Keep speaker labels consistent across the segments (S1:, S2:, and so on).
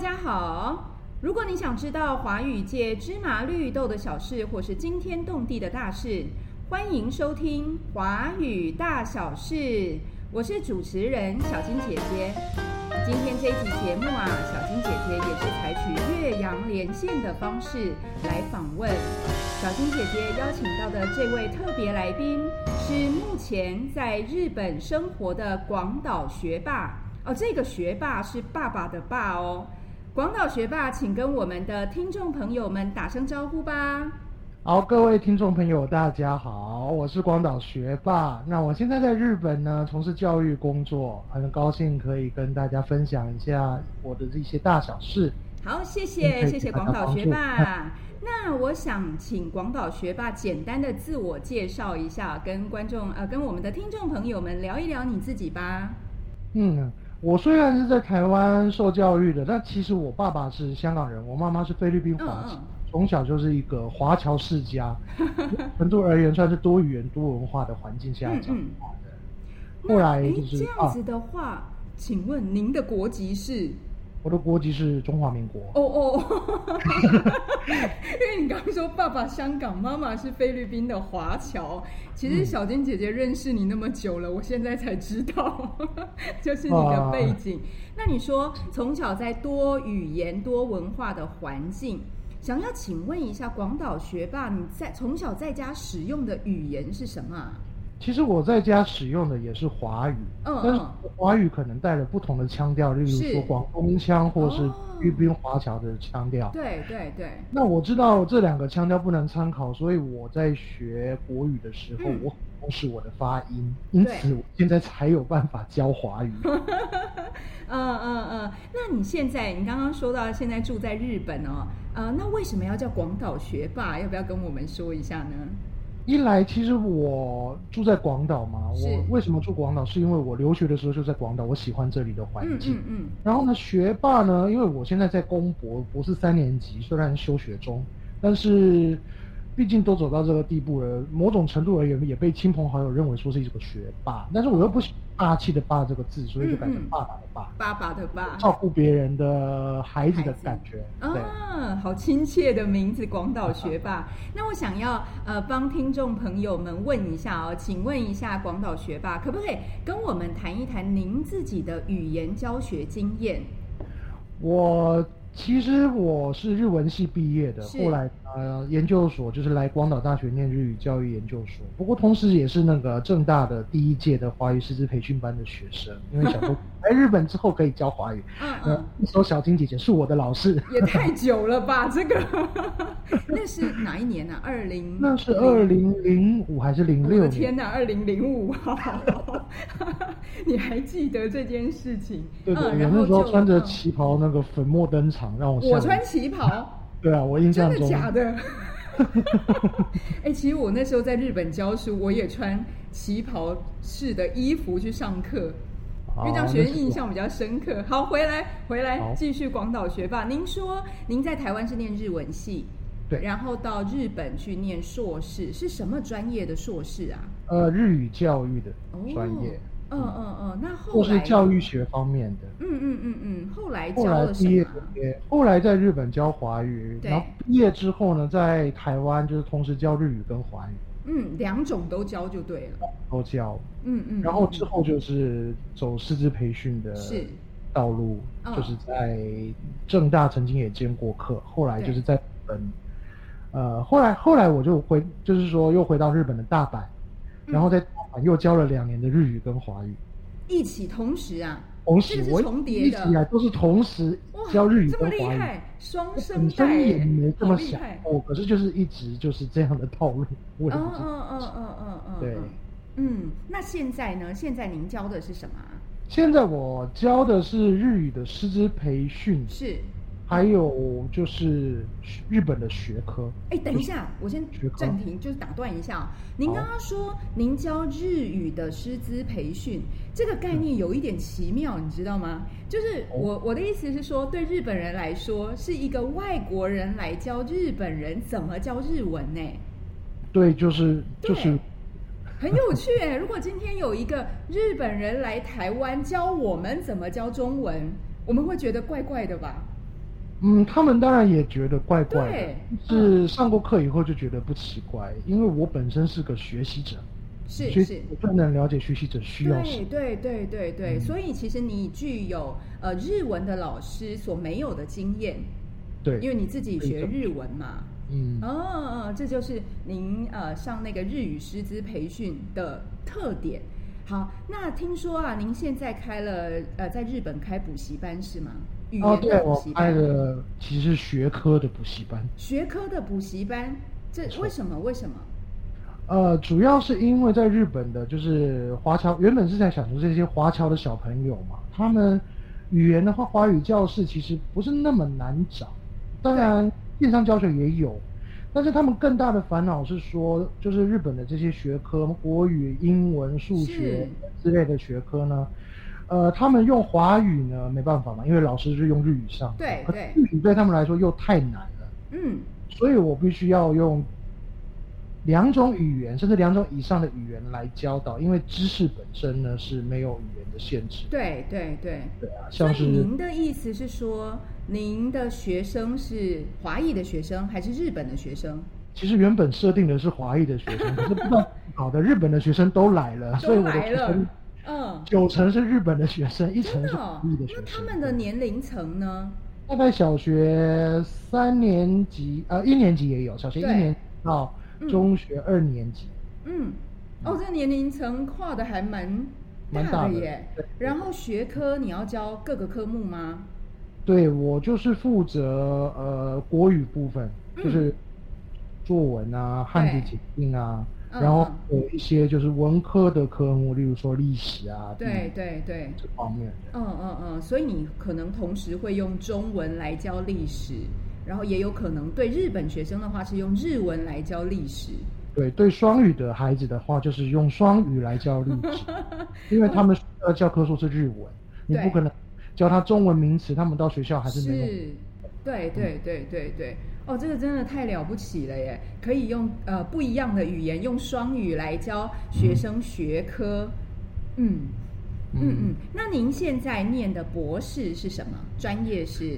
S1: 家好。如果你想知道华语界芝麻绿豆的小事，或是惊天动地的大事，欢迎收听《华语大小事》，我是主持人小金姐姐。今天这一集节目啊，小金姐姐也是采取岳阳连线的方式来访问。小金姐姐邀请到的这位特别来宾，是目前在日本生活的广岛学霸哦，这个学霸是爸爸的爸哦。广岛学霸，请跟我们的听众朋友们打声招呼吧。
S2: 好，各位听众朋友，大家好，我是广岛学霸。那我现在在日本呢，从事教育工作，很高兴可以跟大家分享一下我的一些大小事。
S1: 好，谢
S2: 嗯
S1: 谢
S2: 可以
S1: 谢谢
S2: 给大
S1: 广
S2: 家
S1: 岛
S2: 帮
S1: 学
S2: 助
S1: 霸。那我想请广岛学霸简单的自我介绍一下，跟观众呃跟我们的听众朋友们聊一聊你自己吧。
S2: 嗯，我虽然是在台湾受教育的，但其实我爸爸是香港人，我妈妈是菲律宾华
S1: 嗯
S2: 侨
S1: 嗯，
S2: 从、小就是一个华侨 世家，程度而言算是多语言多文化的环境下
S1: 嗯
S2: 长
S1: 嗯
S2: 大的。
S1: 那
S2: 后来
S1: 诶
S2: 就是啊
S1: 这样子的话，请问您的国籍是？
S2: 我的国籍是中华民国。
S1: 哦哦， 因为你刚刚说爸爸香港，妈妈是菲律宾的华侨。其实小金姐姐认识你那么久了，我现在才知道， 就是你的背景。那你说从小在多语言、多文化的环境，想要请问一下广岛学霸，你在从小在家使用的语言是什么啊？
S2: 其实我在家使用的也是华语，
S1: 嗯
S2: 但是
S1: 嗯
S2: 华语可能带了不同的腔调，例如
S1: 是
S2: 说广东腔或是
S1: 哦
S2: 菲律宾华侨的腔调。
S1: 对对对，
S2: 那我知道这两个腔调不能参考，所以我在学国语的时候，
S1: 嗯
S2: 我很重视我的发音，因
S1: 对
S2: 此我现在才有办法教华 语。
S1: 嗯嗯嗯。那你现在，你刚刚说到现在住在日本哦，呃，那为什么要叫广岛学霸？要不要跟我们说一下呢？
S2: 一来，其实我住在广岛嘛，
S1: 是
S2: 我为什么住广岛？是因为我留学的时候就在广岛，我喜欢这里的环
S1: 嗯
S2: 境。
S1: 嗯嗯，
S2: 然后呢，学霸呢，因为我现在在公博博士三年级，虽然休学中，但是毕竟都走到这个地步了，某种程度而言也被亲朋好友认为说是一个学霸，但是我又不喜欢霸气的霸这个字，所以就改成
S1: 嗯嗯
S2: 爸爸的爸，
S1: 爸爸的爸。
S2: 照顾别人的孩子的感觉。哦对，
S1: 啊，好亲切的名字，广岛学霸。 那我想要呃帮听众朋友们问一下哦，请问一下广岛学霸，可不可以跟我们谈一谈您自己的语言教学经验？
S2: 我其实我是日文系毕业的，
S1: 是
S2: 后来呃研究所就是来广岛大学念日语教育研究所，不过同时也是那个正大的第一届的华语师资培训班的学生，因为想 说来日本之后可以教华语。
S1: 嗯
S2: 那
S1: 嗯，
S2: 那时候小金姐姐是我的老师，
S1: 也太久了吧，这个 那是哪一年啊？二零
S2: 那是二零零五还是零
S1: 我
S2: 六
S1: 的
S2: 年？
S1: 天哪，二零零五号， 你还记得这件事情？
S2: 对对，
S1: 嗯，
S2: 我
S1: 然
S2: 那
S1: 后
S2: 时候
S1: 就
S2: 穿着
S1: 嗯
S2: 旗袍那个粉墨登场，让我吓
S1: 我
S2: 了一
S1: 穿旗袍，
S2: 对啊，我印
S1: 真
S2: 象
S1: 的
S2: 中
S1: 假 的？哎、其实我那时候在日本教书，我也穿旗袍式的衣服去上课，因为
S2: 哦
S1: 让学
S2: 那
S1: 生
S2: 是
S1: 印
S2: 我
S1: 象比较深刻。好，回来回来
S2: 好，
S1: 继续广岛学霸。您说您在台湾是念日文系，
S2: 对
S1: 然后到日本去念硕士，是什么专业的硕士啊？
S2: 呃日语教育的
S1: 哦，
S2: 专业，
S1: 嗯嗯嗯，那后
S2: 或是
S1: 来
S2: 教育学方面的。
S1: 嗯嗯嗯嗯，后来教
S2: 后来
S1: 了什
S2: 毕业
S1: 么啊？，
S2: 后来在日本教华语，
S1: 对
S2: 然后毕业之后呢，在台湾就是同时教日语跟华语
S1: 嗯，两种都教就对了。
S2: 都教，
S1: 嗯嗯。
S2: 然后
S1: 嗯
S2: 之后就是走师资培训的
S1: 是
S2: 道路，
S1: 嗯
S2: 就是在正大曾经也兼过课，后来就是在日本，呃，后来后来我就回，就是说又回到日本的大阪，
S1: 嗯
S2: 然后在大阪又教了两年的日语跟华语，
S1: 一起同时啊，
S2: 同
S1: 这
S2: 时
S1: 个是
S2: 我
S1: 重叠
S2: 一
S1: 的
S2: 直以来都是同时
S1: 哇，
S2: 教日语
S1: 这
S2: 跟
S1: 么
S2: 华
S1: 厉
S2: 语。
S1: 害，双声
S2: 本
S1: 带
S2: 身也
S1: 耶
S2: 没这
S1: 好
S2: 么
S1: 厉
S2: 想
S1: 害
S2: 过，可是就是一直就是这样的套路。我也不
S1: 嗯
S2: 知道。
S1: 嗯嗯嗯嗯嗯，
S2: 对
S1: 嗯嗯，那现在呢？现在您教的是什么啊？
S2: 现在我教的是日语的师资培训，
S1: 是，
S2: 还有就是日本的学科。
S1: 哎，等一下，我先
S2: 学科
S1: 暂停，就是打断一下哦。您
S2: 好
S1: 刚刚说您教日语的师资培训，这个概念有一点奇妙，你知道吗？就是
S2: 哦
S1: 我我的意思是说，对日本人来说，是一个外国人来教日本人怎么教日文呢？
S2: 对，就是
S1: 对
S2: 就是
S1: 很有趣哎、如果今天有一个日本人来台湾教我们怎么教中文，我们会觉得怪怪的吧？
S2: 嗯，他们当然也觉得怪怪
S1: 对嗯
S2: 的，就是上过课以后就觉得不奇怪，因为我本身是个学习者，
S1: 是
S2: 所
S1: 是
S2: 以我更能了解学习者需要
S1: 对
S2: 什么。
S1: 对对对对，
S2: 嗯
S1: 所以其实你具有呃日文的老师所没有的经验，
S2: 对，
S1: 因为你自己
S2: 对
S1: 学
S2: 这
S1: 日文嘛。
S2: 嗯，
S1: 哦，这就是您呃上那个日语师资培训的特点。好，那听说啊，您现在开了呃在日本开补习班是吗？语
S2: 哦，
S1: 言
S2: 对
S1: 的补
S2: 我
S1: 习
S2: 开
S1: 班，
S2: 的其实是学科的补习班，
S1: 学科的补习班，这
S2: 没错
S1: 为什么？为什么？
S2: 呃，主要是因为在日本的，就是华侨，原本是在想说这些华侨的小朋友嘛，他们语言的话，华语教室其实不是那么难找，当然线上教学也有，但是他们更大的烦恼是说，就是日本的这些学科，国语、英文、数学之类的学科呢。呃，他们用华语呢，没办法嘛，因为老师是用日语上，
S1: 对
S2: 可
S1: 对
S2: 日语对他们来说又太难了，
S1: 嗯，
S2: 所以我必须要用两种语言，甚至两种以上的语言来教导，因为知识本身呢是没有语言的限制。
S1: 对对对。
S2: 对啊，
S1: 所
S2: 像
S1: 以
S2: 是
S1: 您的意思是说，您的学生是华裔的学生还是日本的学生？
S2: 其实原本设定的是华裔的学生，可是不知道搞的日本的学生都 来了，啊所以
S1: 都
S2: 我的
S1: 来
S2: 学
S1: 了
S2: 生，
S1: 嗯，
S2: 九成是日本的学生，一
S1: 真
S2: 成是
S1: 的、哦
S2: 华裔的？学
S1: 那
S2: 生。
S1: 他们的年龄层呢？
S2: 大概小学三年级，呃，一年级也有，小学一
S1: 对
S2: 年级到
S1: 嗯
S2: 中学二年级。
S1: 嗯，哦，这个年龄层跨的还蛮
S2: 蛮大
S1: 的
S2: 的
S1: 耶。
S2: 对
S1: 然后学科你要教各个科目吗？
S2: 对我就是负责呃国语部分，
S1: 嗯
S2: 就是作文啊、汉字解印啊，
S1: 嗯
S2: 然后有一些就是文科的科目，例如说历史啊，
S1: 对
S2: 地理
S1: 对对，
S2: 这方面的。
S1: 嗯嗯嗯，所以你可能同时会用中文来教历史，然后也有可能对日本学生的话是用日文来教历史。
S2: 对对，双语的孩子的话，就是用双语来教历 史，因为他们呃教科书是日文，你
S1: 对
S2: 不可能教他中文名词，他们到学校还是没有。嗯
S1: 对对对对对，哦，这个真的太了不起了耶！可以用呃不一样的语言，用双语来教学生学科。嗯嗯嗯
S2: 嗯嗯
S1: 那您现在念的博士是什么？专业是？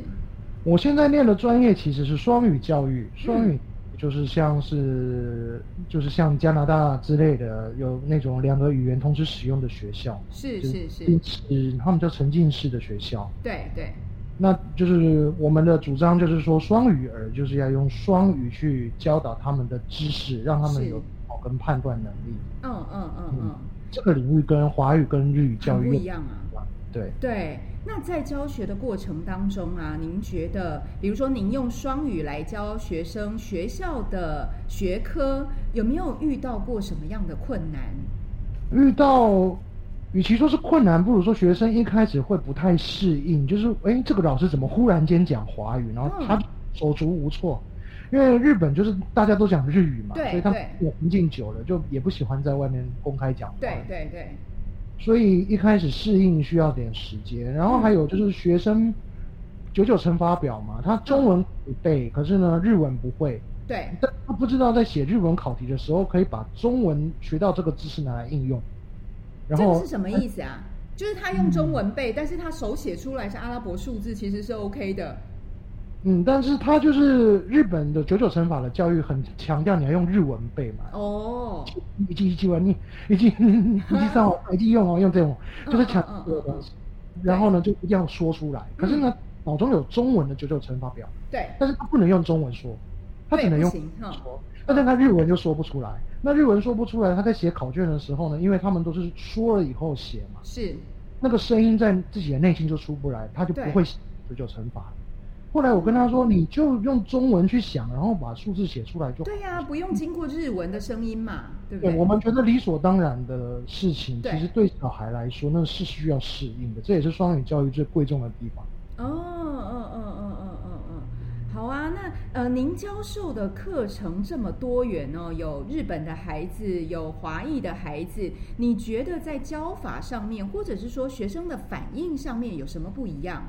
S2: 我现在念的专业其实是双语教
S1: 嗯
S2: 育，双语就是像是就是像加拿大之类的有那种两个语言同时使用的学校，
S1: 是
S2: 就是
S1: 是
S2: 嗯沉，浸式他们叫沉浸式的学校。
S1: 对对，
S2: 那就是我们的主张就是说双语儿就是要用双语去教导他们的知识，让他们
S1: 是
S2: 有好跟判断能力。
S1: 嗯嗯嗯嗯，
S2: 这个领域跟华语跟日语教
S1: 很
S2: 育
S1: 不
S2: 又
S1: 一样啊。
S2: 对。
S1: 对，那在教学的过程当中啊，您觉得，比如说您用双语来教学生学校的学科，有没有遇到过什么样的困难？
S2: 遇到，与其说是困难，不如说学生一开始会不太适应，就是诶，这个老师怎么忽然间讲华语，然后他
S1: 嗯
S2: 手足无措。因为日本就是大家都讲日语嘛，
S1: 对
S2: 所以他们
S1: 对
S2: 环境久了就也不喜欢在外面公开讲华
S1: 对
S2: 语，
S1: 对对，
S2: 所以一开始适应需要点时间。然后还有就是学生九九乘法表嘛，他中文不背，可是呢日文不会，
S1: 对，
S2: 但他不知道在写日文考题的时候可以把中文学到这个知识拿来应用。然
S1: 这
S2: 后
S1: 个是什么意思啊？就是他用中文背，但是他手写出来是阿拉伯数字，其实是 OK 的。
S2: 嗯，但是他就是日本的九九乘法的教育很强调你要用日文背嘛，
S1: 哦，
S2: 一记一记完你一记一记上哦一记用哦用这种，
S1: 嗯
S2: 就是强调这个东西。然后呢，就一定要说出来。可是呢，脑中有中文的九九乘法表，
S1: 对，
S2: 但是他不能用中文说，他只能用
S1: 对不行哈
S2: 说。但是他日文就说不出来，那日文说不出来，他在写考卷的时候呢，因为他们都是说了以后写嘛，
S1: 是，
S2: 那个声音在自己的内心就出不来，他就不
S1: 对
S2: 会九九乘法了。后来我跟他说，你就用中文去想，然后把数字写出来就好。
S1: 对呀、不用经过日文的声音嘛，对不
S2: 对
S1: 对？
S2: 我们觉得理所当然的事情，
S1: 对
S2: 其实对小孩来说，那是需要适应的，这也是双语教育最贵重的地方。
S1: 哦，嗯嗯嗯嗯嗯嗯，好啊。那呃，您教授的课程这么多元哦，有日本的孩子，有华裔的孩子，你觉得在教法上面，或者是说学生的反应上面有什么不一样？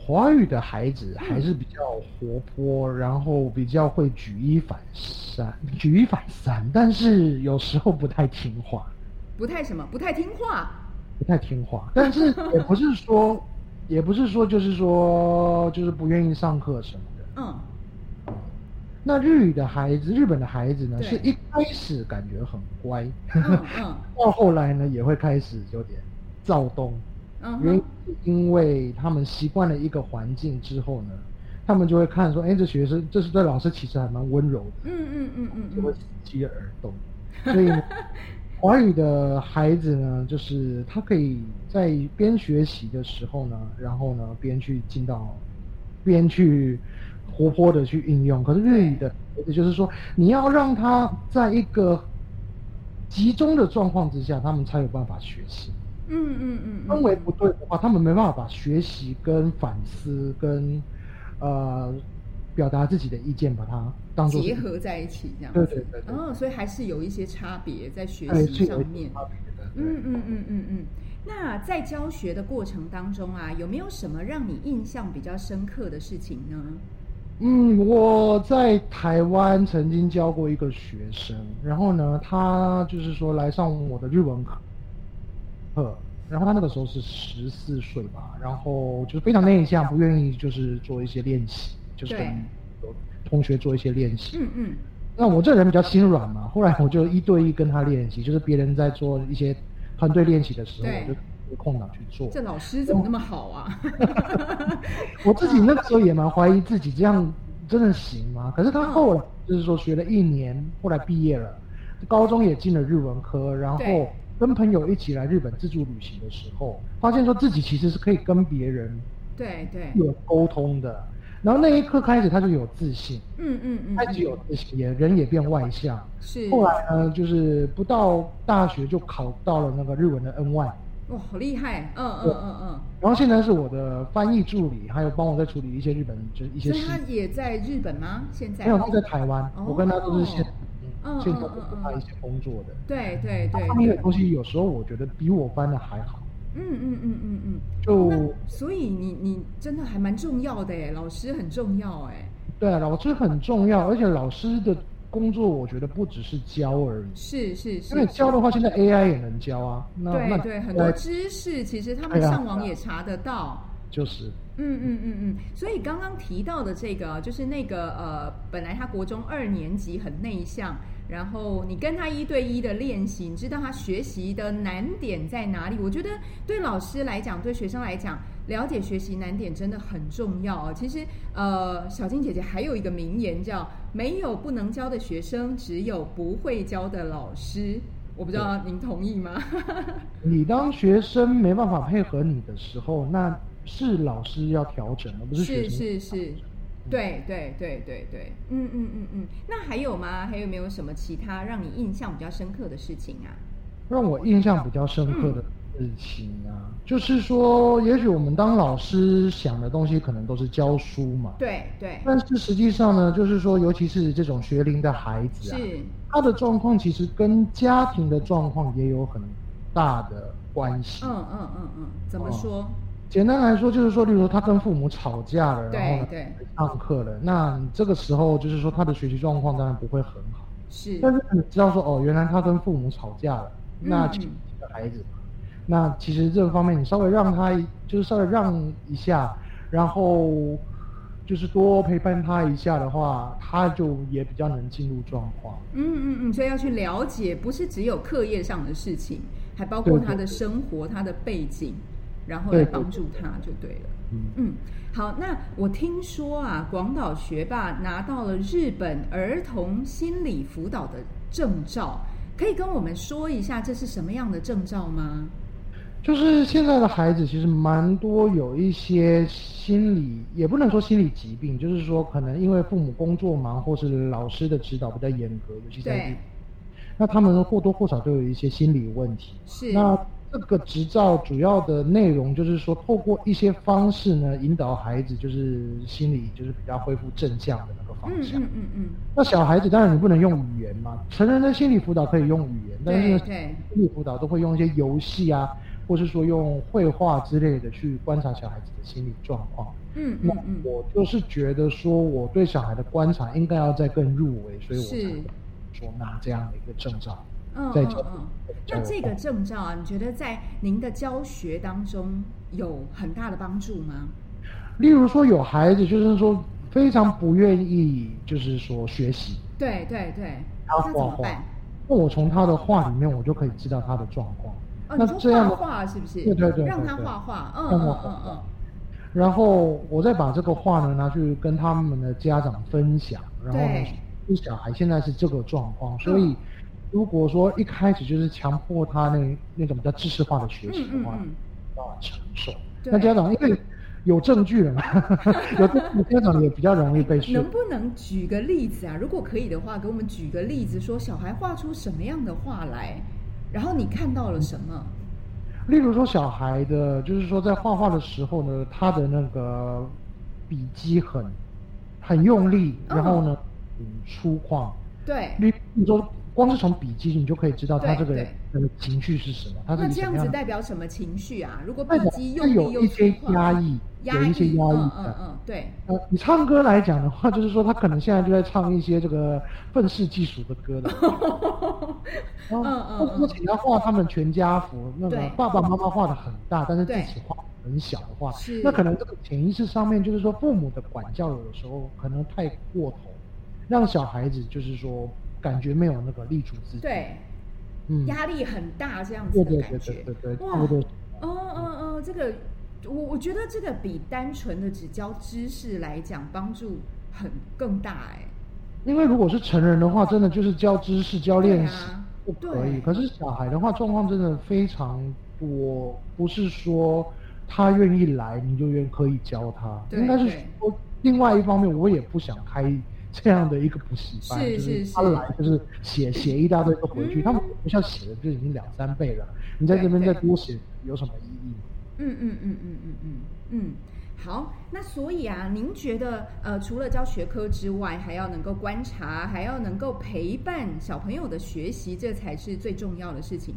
S2: 华语的孩子还是比较活泼，然后比较会举一反三，举一反三，但是有时候不太听话。
S1: 不太什么，不太听话。
S2: 不太听话，但是也不是说也不是说就是说就是不愿意上课什么的。
S1: 嗯，
S2: 那日语的孩子，日本的孩子呢，
S1: 对
S2: 是一开始感觉很乖，
S1: 嗯嗯
S2: 到后来呢也会开始有点躁动，
S1: 嗯
S2: 原因
S1: 哼，
S2: 是因为他们习惯了一个环境之后呢，他们就会看说，哎，这学生，这是这老师其实还蛮温柔
S1: 嗯嗯嗯嗯
S2: 的，就会
S1: 嗯，
S2: 伺机而动。所以呢，华语的孩子呢，就是他可以在边学习的时候呢，然后呢边去进到，边去活泼的去应用。可是日语的，也就是说，你要让他在一个集中的状况之下，他们才有办法学习。
S1: 嗯嗯嗯，
S2: 氛围不对的话，他们没办法把学习跟反思跟呃表达自己的意见，把它当做
S1: 结合在一起这样
S2: 对
S1: 子。
S2: 对对对，
S1: 哦，所以还是有一些差别在学
S2: 对
S1: 习
S2: 是有一
S1: 上
S2: 点
S1: 面。
S2: 差别的对
S1: 嗯嗯嗯嗯嗯。那在教学的过程当中啊，有没有什么让你印象比较深刻的事情呢？
S2: 嗯，我在台湾曾经教过一个学生，然后呢，他就是说来上我的日文课，课，然后他那个时候是十四岁吧，然后就是非常内向，不愿意就是做一些练习，就是
S1: 对
S2: 跟同学做一些练习。
S1: 嗯嗯
S2: 那我这人比较心软嘛，后来我就一对一跟他练习，就是别人在做一些团队练习的时候，
S1: 对
S2: 我就有空档去做。
S1: 这老师怎么那么好啊？
S2: 我自己那个时候也蛮怀疑自己这样真的行吗？可是
S1: 嗯
S2: 他后来就是说学了一年，后来毕业了，高中也进了日文科，然
S1: 对
S2: 后跟朋友一起来日本自助旅行的时候，发现说自己其实是可以跟别人
S1: 对对，
S2: 有沟通的。然后那一刻开始，他就有自信，
S1: 嗯嗯嗯，
S2: 开始有自信，也人也变外向。
S1: 是
S2: 后来呢，就是不到大学就考到了那个日文的 N1，
S1: 哇，好厉害！嗯嗯嗯嗯，
S2: 然后现在是我的翻译助理，还有帮我在处理一些日本就是一些
S1: 所以
S2: 事
S1: 他。也在日本吗？现在
S2: 没有，他在台湾，
S1: 哦
S2: 我跟他都是现
S1: 嗯嗯
S2: 现场
S1: 嗯嗯
S2: 跟他一起工作的。
S1: 对对对，
S2: 他们的东西有时候我觉得比我翻的还好，
S1: 嗯嗯嗯嗯嗯，
S2: 就
S1: 那所以你你真的还蛮重要的哎，老师很重要哎，
S2: 对啊，老师很重要，而且老师的工作我觉得不只是教而已，
S1: 是是是，
S2: 因为教的话现在 AI 也能教啊，那那
S1: 对对，很多知识其实他们
S2: 对啊
S1: 上网也查得到。
S2: 就是
S1: 嗯嗯嗯嗯，所以刚刚提到的这个，就是那个呃，本来他国中二年级很内向，然后你跟他一对一的练习，你知道他学习的难点在哪里？我觉得对老师来讲，对学生来讲，了解学习难点真的很重要哦。其实呃，小金姐姐还有一个名言叫“没有不能教的学生，只有不会教的老师”。我不知道您同意吗？
S2: 你当学生没办法配合你的时候，那是老师要调整，而不是学
S1: 是
S2: 生。
S1: 是
S2: 嗯
S1: 是，对对对对对，嗯嗯嗯嗯。那还有吗？还有没有什么其他让你印象比较深刻的事情啊？
S2: 让我印象比较深刻的事情啊，就是说，也许我们当老师想的东西可能都是教书嘛，
S1: 对对，
S2: 但是实际上呢，就是说，尤其是这种学龄的孩子啊，
S1: 是，
S2: 他的状况其实跟家庭的状况也有很大的关系。
S1: 嗯嗯嗯嗯，怎么
S2: 哦
S1: 说？
S2: 简单来说，就是说，例如说他跟父母吵架了，然后
S1: 对
S2: 呢
S1: 对，
S2: 上课了，那这个时候就是说他的学习状况当然不会很好。
S1: 是，
S2: 但是你知道说哦，原来他跟父母吵架了，
S1: 嗯
S2: 那
S1: 嗯
S2: 其实是个孩子嘛，那其实这方面你稍微让他一，就是稍微让一下，然后就是多陪伴他一下的话，他就也比较能进入状况。
S1: 嗯嗯嗯，所以要去了解，不是只有课业上的事情，还包括
S2: 对对
S1: 他的
S2: 对
S1: 生活、他的背景，然后来
S2: 对对
S1: 帮
S2: 对
S1: 助他就对了。
S2: 嗯，
S1: 嗯，好，那我听说啊，广岛学霸拿到了日本儿童心理辅导的证照，可以跟我们说一下这是什么样的证照吗？
S2: 就是现在的孩子其实蛮多有一些心理，也不能说心理疾病，就是说可能因为父母工作忙或是老师的指导比较严格，尤其在
S1: 对
S2: 日本，那他们或多或少都有一些心理问题。
S1: 是，
S2: 那这个执照主要的内容就是说，透过一些方式呢，引导孩子就是心理就是比较恢复正向的那个方
S1: 嗯
S2: 向。
S1: 嗯嗯嗯，
S2: 那小孩子当然你不能用语言嘛，成人的心理辅导可以用语言，但是
S1: 对
S2: 呢
S1: 对，
S2: 心理辅导都会用一些游戏啊，或是说用绘画之类的去观察小孩子的心理状况。
S1: 嗯
S2: 那
S1: 嗯嗯，
S2: 我就是觉得说，我对小孩的观察应该要再更入围，所以我才
S1: 是
S2: 会说拿这样的一个证照。
S1: 嗯
S2: 在
S1: 嗯
S2: 教
S1: 嗯。
S2: 教
S1: 那这个
S2: 化
S1: 证照啊，你觉得在您的教学当中有很大的帮助吗？
S2: 例如说有孩子就是说非常不愿意，就是说学习，
S1: 对对对，
S2: 他
S1: 那怎
S2: 画
S1: 么
S2: 画
S1: 办？，
S2: 那我从他的画里面我就可以知道他的状况。
S1: 哦，
S2: 那
S1: 你
S2: 这
S1: 说
S2: 样
S1: 画
S2: 的
S1: 画是不是？
S2: 对对对对
S1: 让他
S2: 对
S1: 画画，嗯
S2: 让
S1: 嗯
S2: 他画
S1: 嗯
S2: 画
S1: 嗯，
S2: 然后我再把这个画呢拿去跟他们的家长分享，然后呢
S1: 对，
S2: 这哎小孩现在是这个状况，所以如果说一开始就是强迫他那那种比较知识化的学习的话，
S1: 嗯嗯嗯
S2: 没办法承受。
S1: 对
S2: 那家长因为有证据 了嘛，有证据家长也比较容易被说
S1: 能不能举个例子啊？如果可以的话，给我们举个例子，说小孩画出什么样的画来，然后你看到了什么？
S2: 例如说小孩的，就是说在画画的时候呢，他的那个笔迹很很用力，
S1: 嗯
S2: 然后呢，很粗犷。
S1: 对，
S2: 你你说光是从笔迹，你就可以知道他
S1: 对
S2: 这个人
S1: 对
S2: 的情绪是什么，他是
S1: 那
S2: 以
S1: 这
S2: 什
S1: 样
S2: 么
S1: 子
S2: 样的
S1: 代表什么情绪啊？如果
S2: 代
S1: 笔
S2: 表
S1: 肌
S2: 是
S1: 用力
S2: 有
S1: 又
S2: 一些
S1: 粗犷
S2: 压抑，
S1: 压
S2: 有一些
S1: 抑，
S2: 压抑
S1: 嗯嗯
S2: 在。
S1: 嗯，对，
S2: 呃，你唱歌来讲的话，就是说他可能现在就在唱一些这个愤世嫉俗的歌了。
S1: 嗯
S2: 嗯
S1: 嗯
S2: 嗯，
S1: 嗯
S2: 或者你要画他们全家福，那个
S1: 对
S2: 爸爸妈妈画的很大，但是自
S1: 对
S2: 己画得很小的话
S1: 是，
S2: 那可能这个潜意识上面就是说父母的管教有的时候可能太过头，让小孩子就是说感觉没有那个立足之地。，
S1: 对，
S2: 嗯，
S1: 压力很大这样子
S2: 对
S1: 的
S2: 对
S1: 感
S2: 对
S1: 觉
S2: 对对对，，
S1: 哇
S2: 差，不多。
S1: 哦哦哦，这个我我觉得这个比单纯的只教知识来讲帮助很更大哎、
S2: 因为如果是成人的话，真的就是教知识、教练习不
S1: 对啊
S2: 可
S1: 对
S2: 以。可是小孩的话，状况真的非常多，不是说他愿意来你就愿可以教他，
S1: 对
S2: 应该是
S1: 对
S2: 说另外一方面，我也不想开这样的一个补习班，
S1: 是
S2: 就是
S1: 是
S2: 他来就是写写一大堆就回去，
S1: 嗯
S2: 他们学校写的就已经两三倍了，你在这边
S1: 对对
S2: 再多写有什么意义吗？
S1: 嗯嗯嗯嗯嗯嗯嗯，好，那所以啊，您觉得呃，除了教学科之外，还要能够观察，还要能够陪伴小朋友的学习，这才是最重要的事情，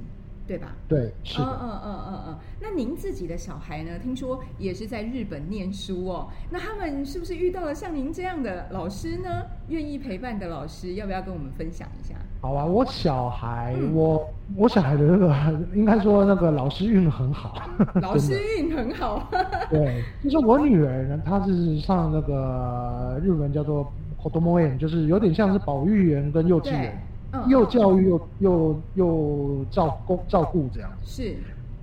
S1: 对吧？
S2: 对，是
S1: 嗯
S2: 的。
S1: 嗯嗯嗯嗯。那您自己的小孩呢？听说也是在日本念书哦。那他们是不是遇到了像您这样的老师呢？愿意陪伴的老师，要不要跟我们分享一下？
S2: 好啊，我小孩，
S1: 嗯
S2: 我我小孩的那个，应该说那个老师运很好，
S1: 老师运很好，
S2: 对，就是我女儿呢，她是上那个日文叫做 k o d o m o e n 就是有点像是保育员跟幼稚
S1: 对
S2: 园，，
S1: 嗯，
S2: 又教育又又又照顾照顾这样。
S1: 是，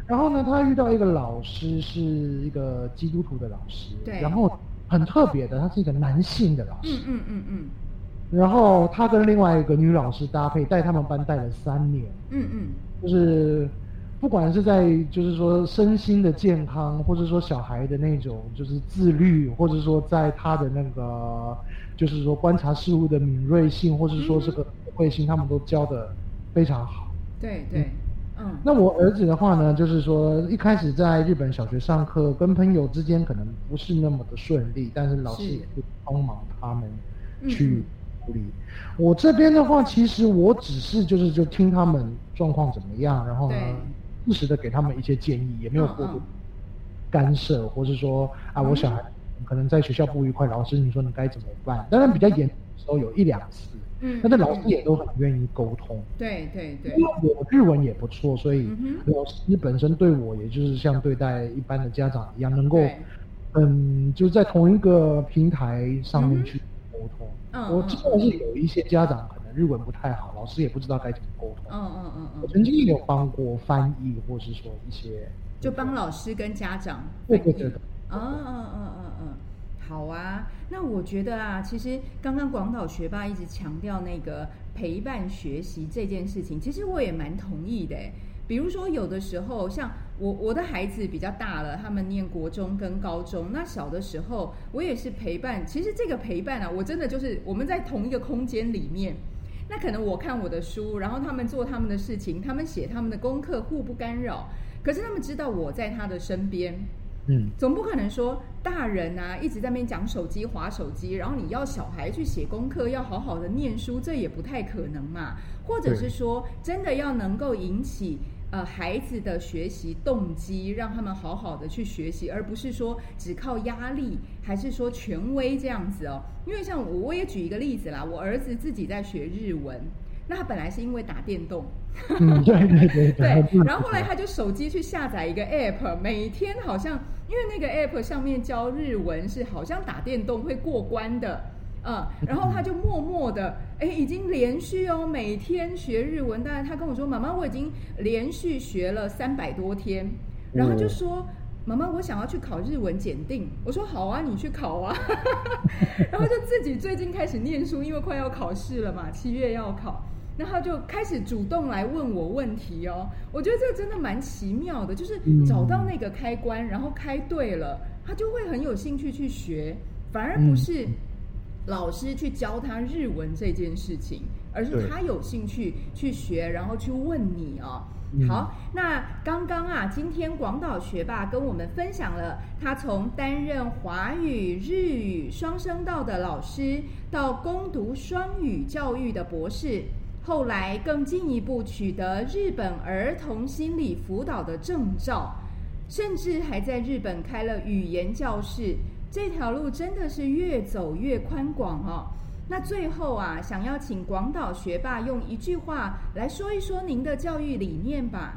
S2: 然后呢，她遇到一个老师是一个基督徒的老师，
S1: 对
S2: 然后很特别的，他是一个男性的老师
S1: 嗯，嗯嗯嗯
S2: 然后他跟另外一个女老师搭配，带他们班带了三年。
S1: 嗯嗯，
S2: 就是不管是在就是说身心的健康，或者说小孩的那种就是自律，或者说在他的那个就是说观察事物的敏锐性，或是说这个慧心，他们都教的非常好。
S1: 对对，嗯
S2: 那我儿子的话呢，就是说一开始在日本小学上课，跟朋友之间可能不是那么的顺利，但是老师
S1: 是
S2: 也会帮忙他们
S1: 嗯
S2: 去处理。我这边的话，其实我只是就是就听他们状况怎么样，然后呢
S1: 对，
S2: 适时的给他们一些建议，也没有过
S1: 嗯
S2: 度
S1: 嗯嗯
S2: 干涉，或是说啊，我小孩可能在学校不愉快，老师你说你该怎么办？当然比较严重的时候有一两次，
S1: 嗯，
S2: 但是老师
S1: 嗯
S2: 也都很愿意沟通。
S1: 对对对
S2: 因，为我日文也不错，所以
S1: 嗯
S2: 老师本身对我，也就是像对待一般的家长一样，能够
S1: 对，
S2: 嗯，就是在同一个平台上
S1: 嗯
S2: 面
S1: 哼
S2: 去沟通。
S1: 嗯
S2: 我
S1: 嗯
S2: 知道是有一些家长可能日文不太好，老师也不知道该怎么沟通。
S1: 嗯嗯嗯
S2: 我
S1: 嗯，
S2: 曾经也有帮过翻译，或是说一些
S1: 就帮老师跟家长
S2: 对
S1: 反
S2: 对对
S1: 映。嗯嗯嗯嗯嗯，好啊。那我觉得啊，其实刚刚广岛学霸一直强调那个陪伴学习这件事情，其实我也蛮同意的诶。比如说，有的时候像我我的孩子比较大了，他们念国中跟高中。那小的时候，我也是陪伴。其实这个陪伴啊，我真的就是我们在同一个空间里面，那可能我看我的书，然后他们做他们的事情，他们写他们的功课，互不干扰。可是他们知道我在他的身边，
S2: 嗯，
S1: 总不可能说大人啊一直在那边讲手机、划手机，然后你要小孩去写功课，要好好的念书，这也不太可能嘛。或者是
S2: 对
S1: 说，真的要能够引起呃孩子的学习动机，让他们好好的去学习，而不是说只靠压力，还是说权威这样子哦。因为像我，我也举一个例子啦，我儿子自己在学日文。那他本来是因为打电动，
S2: 嗯，对对对
S1: 对
S2: 对，
S1: 然后后来他就手机去下载一个 app，每天好像因为那个 app 上面教日文是好像打电动会过关的，嗯，然后他就默默的，哎，已经连续哦每天学日文，但是他跟我说，妈妈，我已经连续学了三百多天，然后就说。妈妈，我想要去考日文检定。我说好啊，你去考啊。然后就自己最近开始念书，因为快要考试了嘛，七月要考，然后就开始主动来问我问题哦。我觉得这真的蛮奇妙的，就是找到那个开关，然后开对了，他就会很有兴趣去学，反而不是老师去教他日文这件事情，而是他有兴趣去学，然后去问你哦。好，那刚刚啊，今天广岛学霸跟我们分享了他从担任华语、日语双声道的老师，到攻读双语教育的博士，后来更进一步取得日本儿童心理辅导的证照，甚至还在日本开了语言教室。这条路真的是越走越宽广哦。那最后啊，想要请广岛学霸用一句话来说一说您的教育理念吧。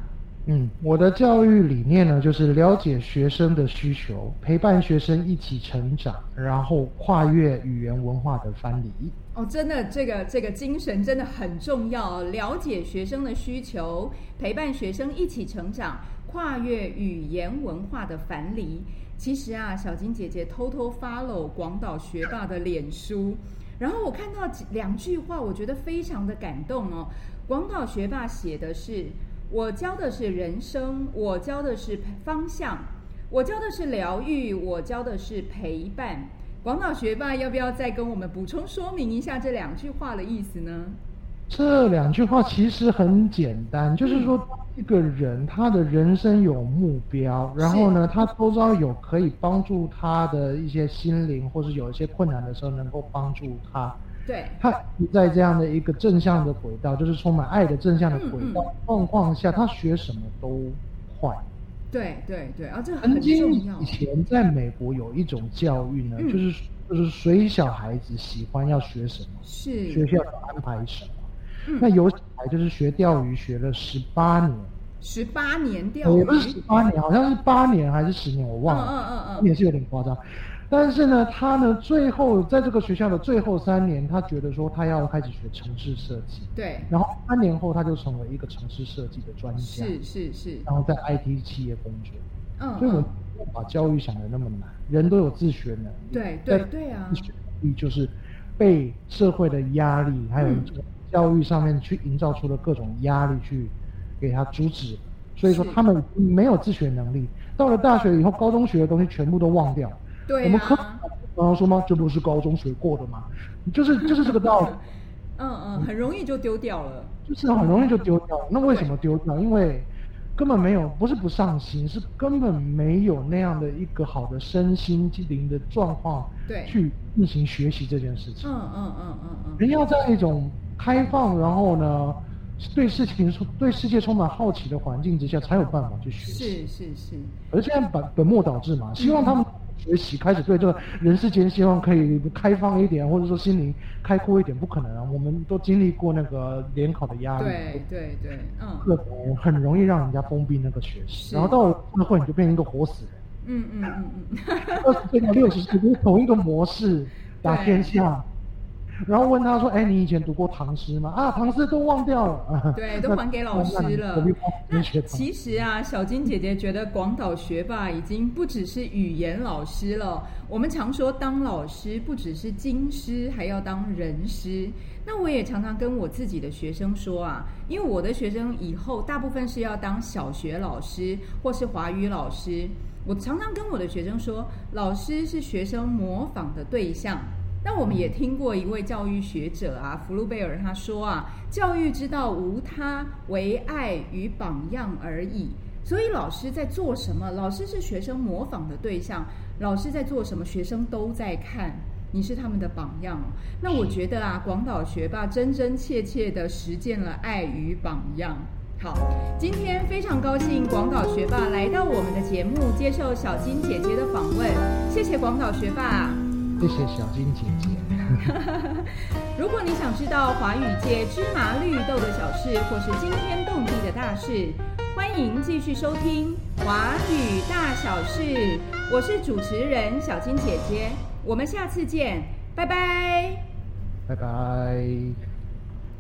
S2: 嗯，我的教育理念呢，就是了解学生的需求，陪伴学生一起成长，然后跨越语言文化的藩篱。
S1: 哦，真的，这个这个精神真的很重要哦。了解学生的需求，陪伴学生一起成长，跨越语言文化的藩篱。其实啊，小金姐姐偷偷 follow 广岛学霸的脸书。然后我看到几两句话，我觉得非常的感动哦。广岛学霸写的是：“我教的是人生，我教的是方向，我教的是疗愈，我教的是陪伴。”广岛学霸要不要再跟我们补充说明一下这两句话的意思呢？
S2: 这两句话其实很简单，就是说一个人他的人生有目标，然后呢，他周遭有可以帮助他的一些心灵，或是有一些困难的时候能够帮助他。
S1: 对，
S2: 他在这样的一个正向的轨道，就是充满爱的正向的轨道状况下，他学什么都快。
S1: 对对对，啊，这
S2: 曾
S1: 很
S2: 经
S1: 重要
S2: 以。前在美国有一种教育呢，
S1: 嗯
S2: 就是就是随小孩子喜欢要学什么，学
S1: 是，
S2: 校要安排什么。那
S1: 嗯，
S2: 有小孩就是学钓鱼学了十八年，呃
S1: 十八年钓
S2: 也
S1: 鱼，
S2: 不是十八年，好像是八年还是十年，我
S1: 嗯
S2: 忘了，
S1: 嗯嗯嗯，
S2: 也是有点夸张。但是呢，他呢最后在这个学校的最后三年，他觉得说他要开始学城市设计，
S1: 对，
S2: 然后三年后他就成为一个城市设计的专家，
S1: 是是是，
S2: 然后在 IT 企业工作。
S1: 嗯
S2: 啊所以我们
S1: 嗯，
S2: 不要把教育想的那么难，人都有自学能力。
S1: 对对对啊
S2: 自，学能力就是被社会的压力，还有
S1: 嗯
S2: 这个教育上面去营造出了各种压力去给他阻止，所以说
S1: 是
S2: 他们没有自学能力，到了大学以后，高中学的东西全部都忘掉。我
S1: 对
S2: 们课
S1: 啊
S2: 堂。上说吗？这不是高中学过的吗？就是就是这个道理，
S1: 嗯嗯，很容易就丢掉了。
S2: 就是很容易就丢掉了。那为什么丢掉？因为根本没有，不是不上心，是根本没有那样的一个好的身心灵的状况
S1: 对，
S2: 去进行学习这件事情。
S1: 嗯嗯嗯嗯嗯，
S2: 人要在一种开放，然后呢，对事情、对世界充满好奇的环境之下，才有办法去学
S1: 是
S2: 习。
S1: 嗯是是，
S2: 而现在本本末倒置嘛，希望他们学习开始对这个人世间希望可以开放一点，或者说心灵开阔一点，不可能啊！我们都经历过那个联考的压力，
S1: 对对对，嗯
S2: 各种很容易让人家封闭那个学
S1: 是
S2: 习，然后到了社会你就变成一个活死人，
S1: 嗯嗯嗯嗯，
S2: 二十岁到六十岁就是同一个模式打天下。然后问他说：“哎，你以前读过唐诗吗？啊，唐诗都忘掉了，
S1: 对，都还给老师了。
S2: 那
S1: 那
S2: 学唐
S1: 其实啊，小金姐姐觉得广岛学霸已经不只是语言老师了。我们常说当老师不只是经师，还要当人师。那我也常常跟我自己的学生说啊，因为我的学生以后大部分是要当小学老师或是华语老师。我常常跟我的学生说，老师是学生模仿的对象。那我们也听过一位教育学者啊，福禄贝尔他说啊，教育之道无他，唯爱与榜样而已。所以老师在做什么，老师是学生模仿的对象，老师在做什么，学生都在看。你是他们的榜样哦。那我觉得啊，广岛学霸真真切切的实践了爱与榜样。好，今天非常高兴广岛学霸来到我们的节目，接受小金姐姐的访问，谢谢广岛学霸。
S2: 谢谢小金姐姐。
S1: 如果你想知道华语界芝麻绿豆的小事，或是惊天动地的大事，欢迎继续收听《华语大小事》，我是主持人小金姐姐，我们下次见，拜拜。
S2: 拜拜。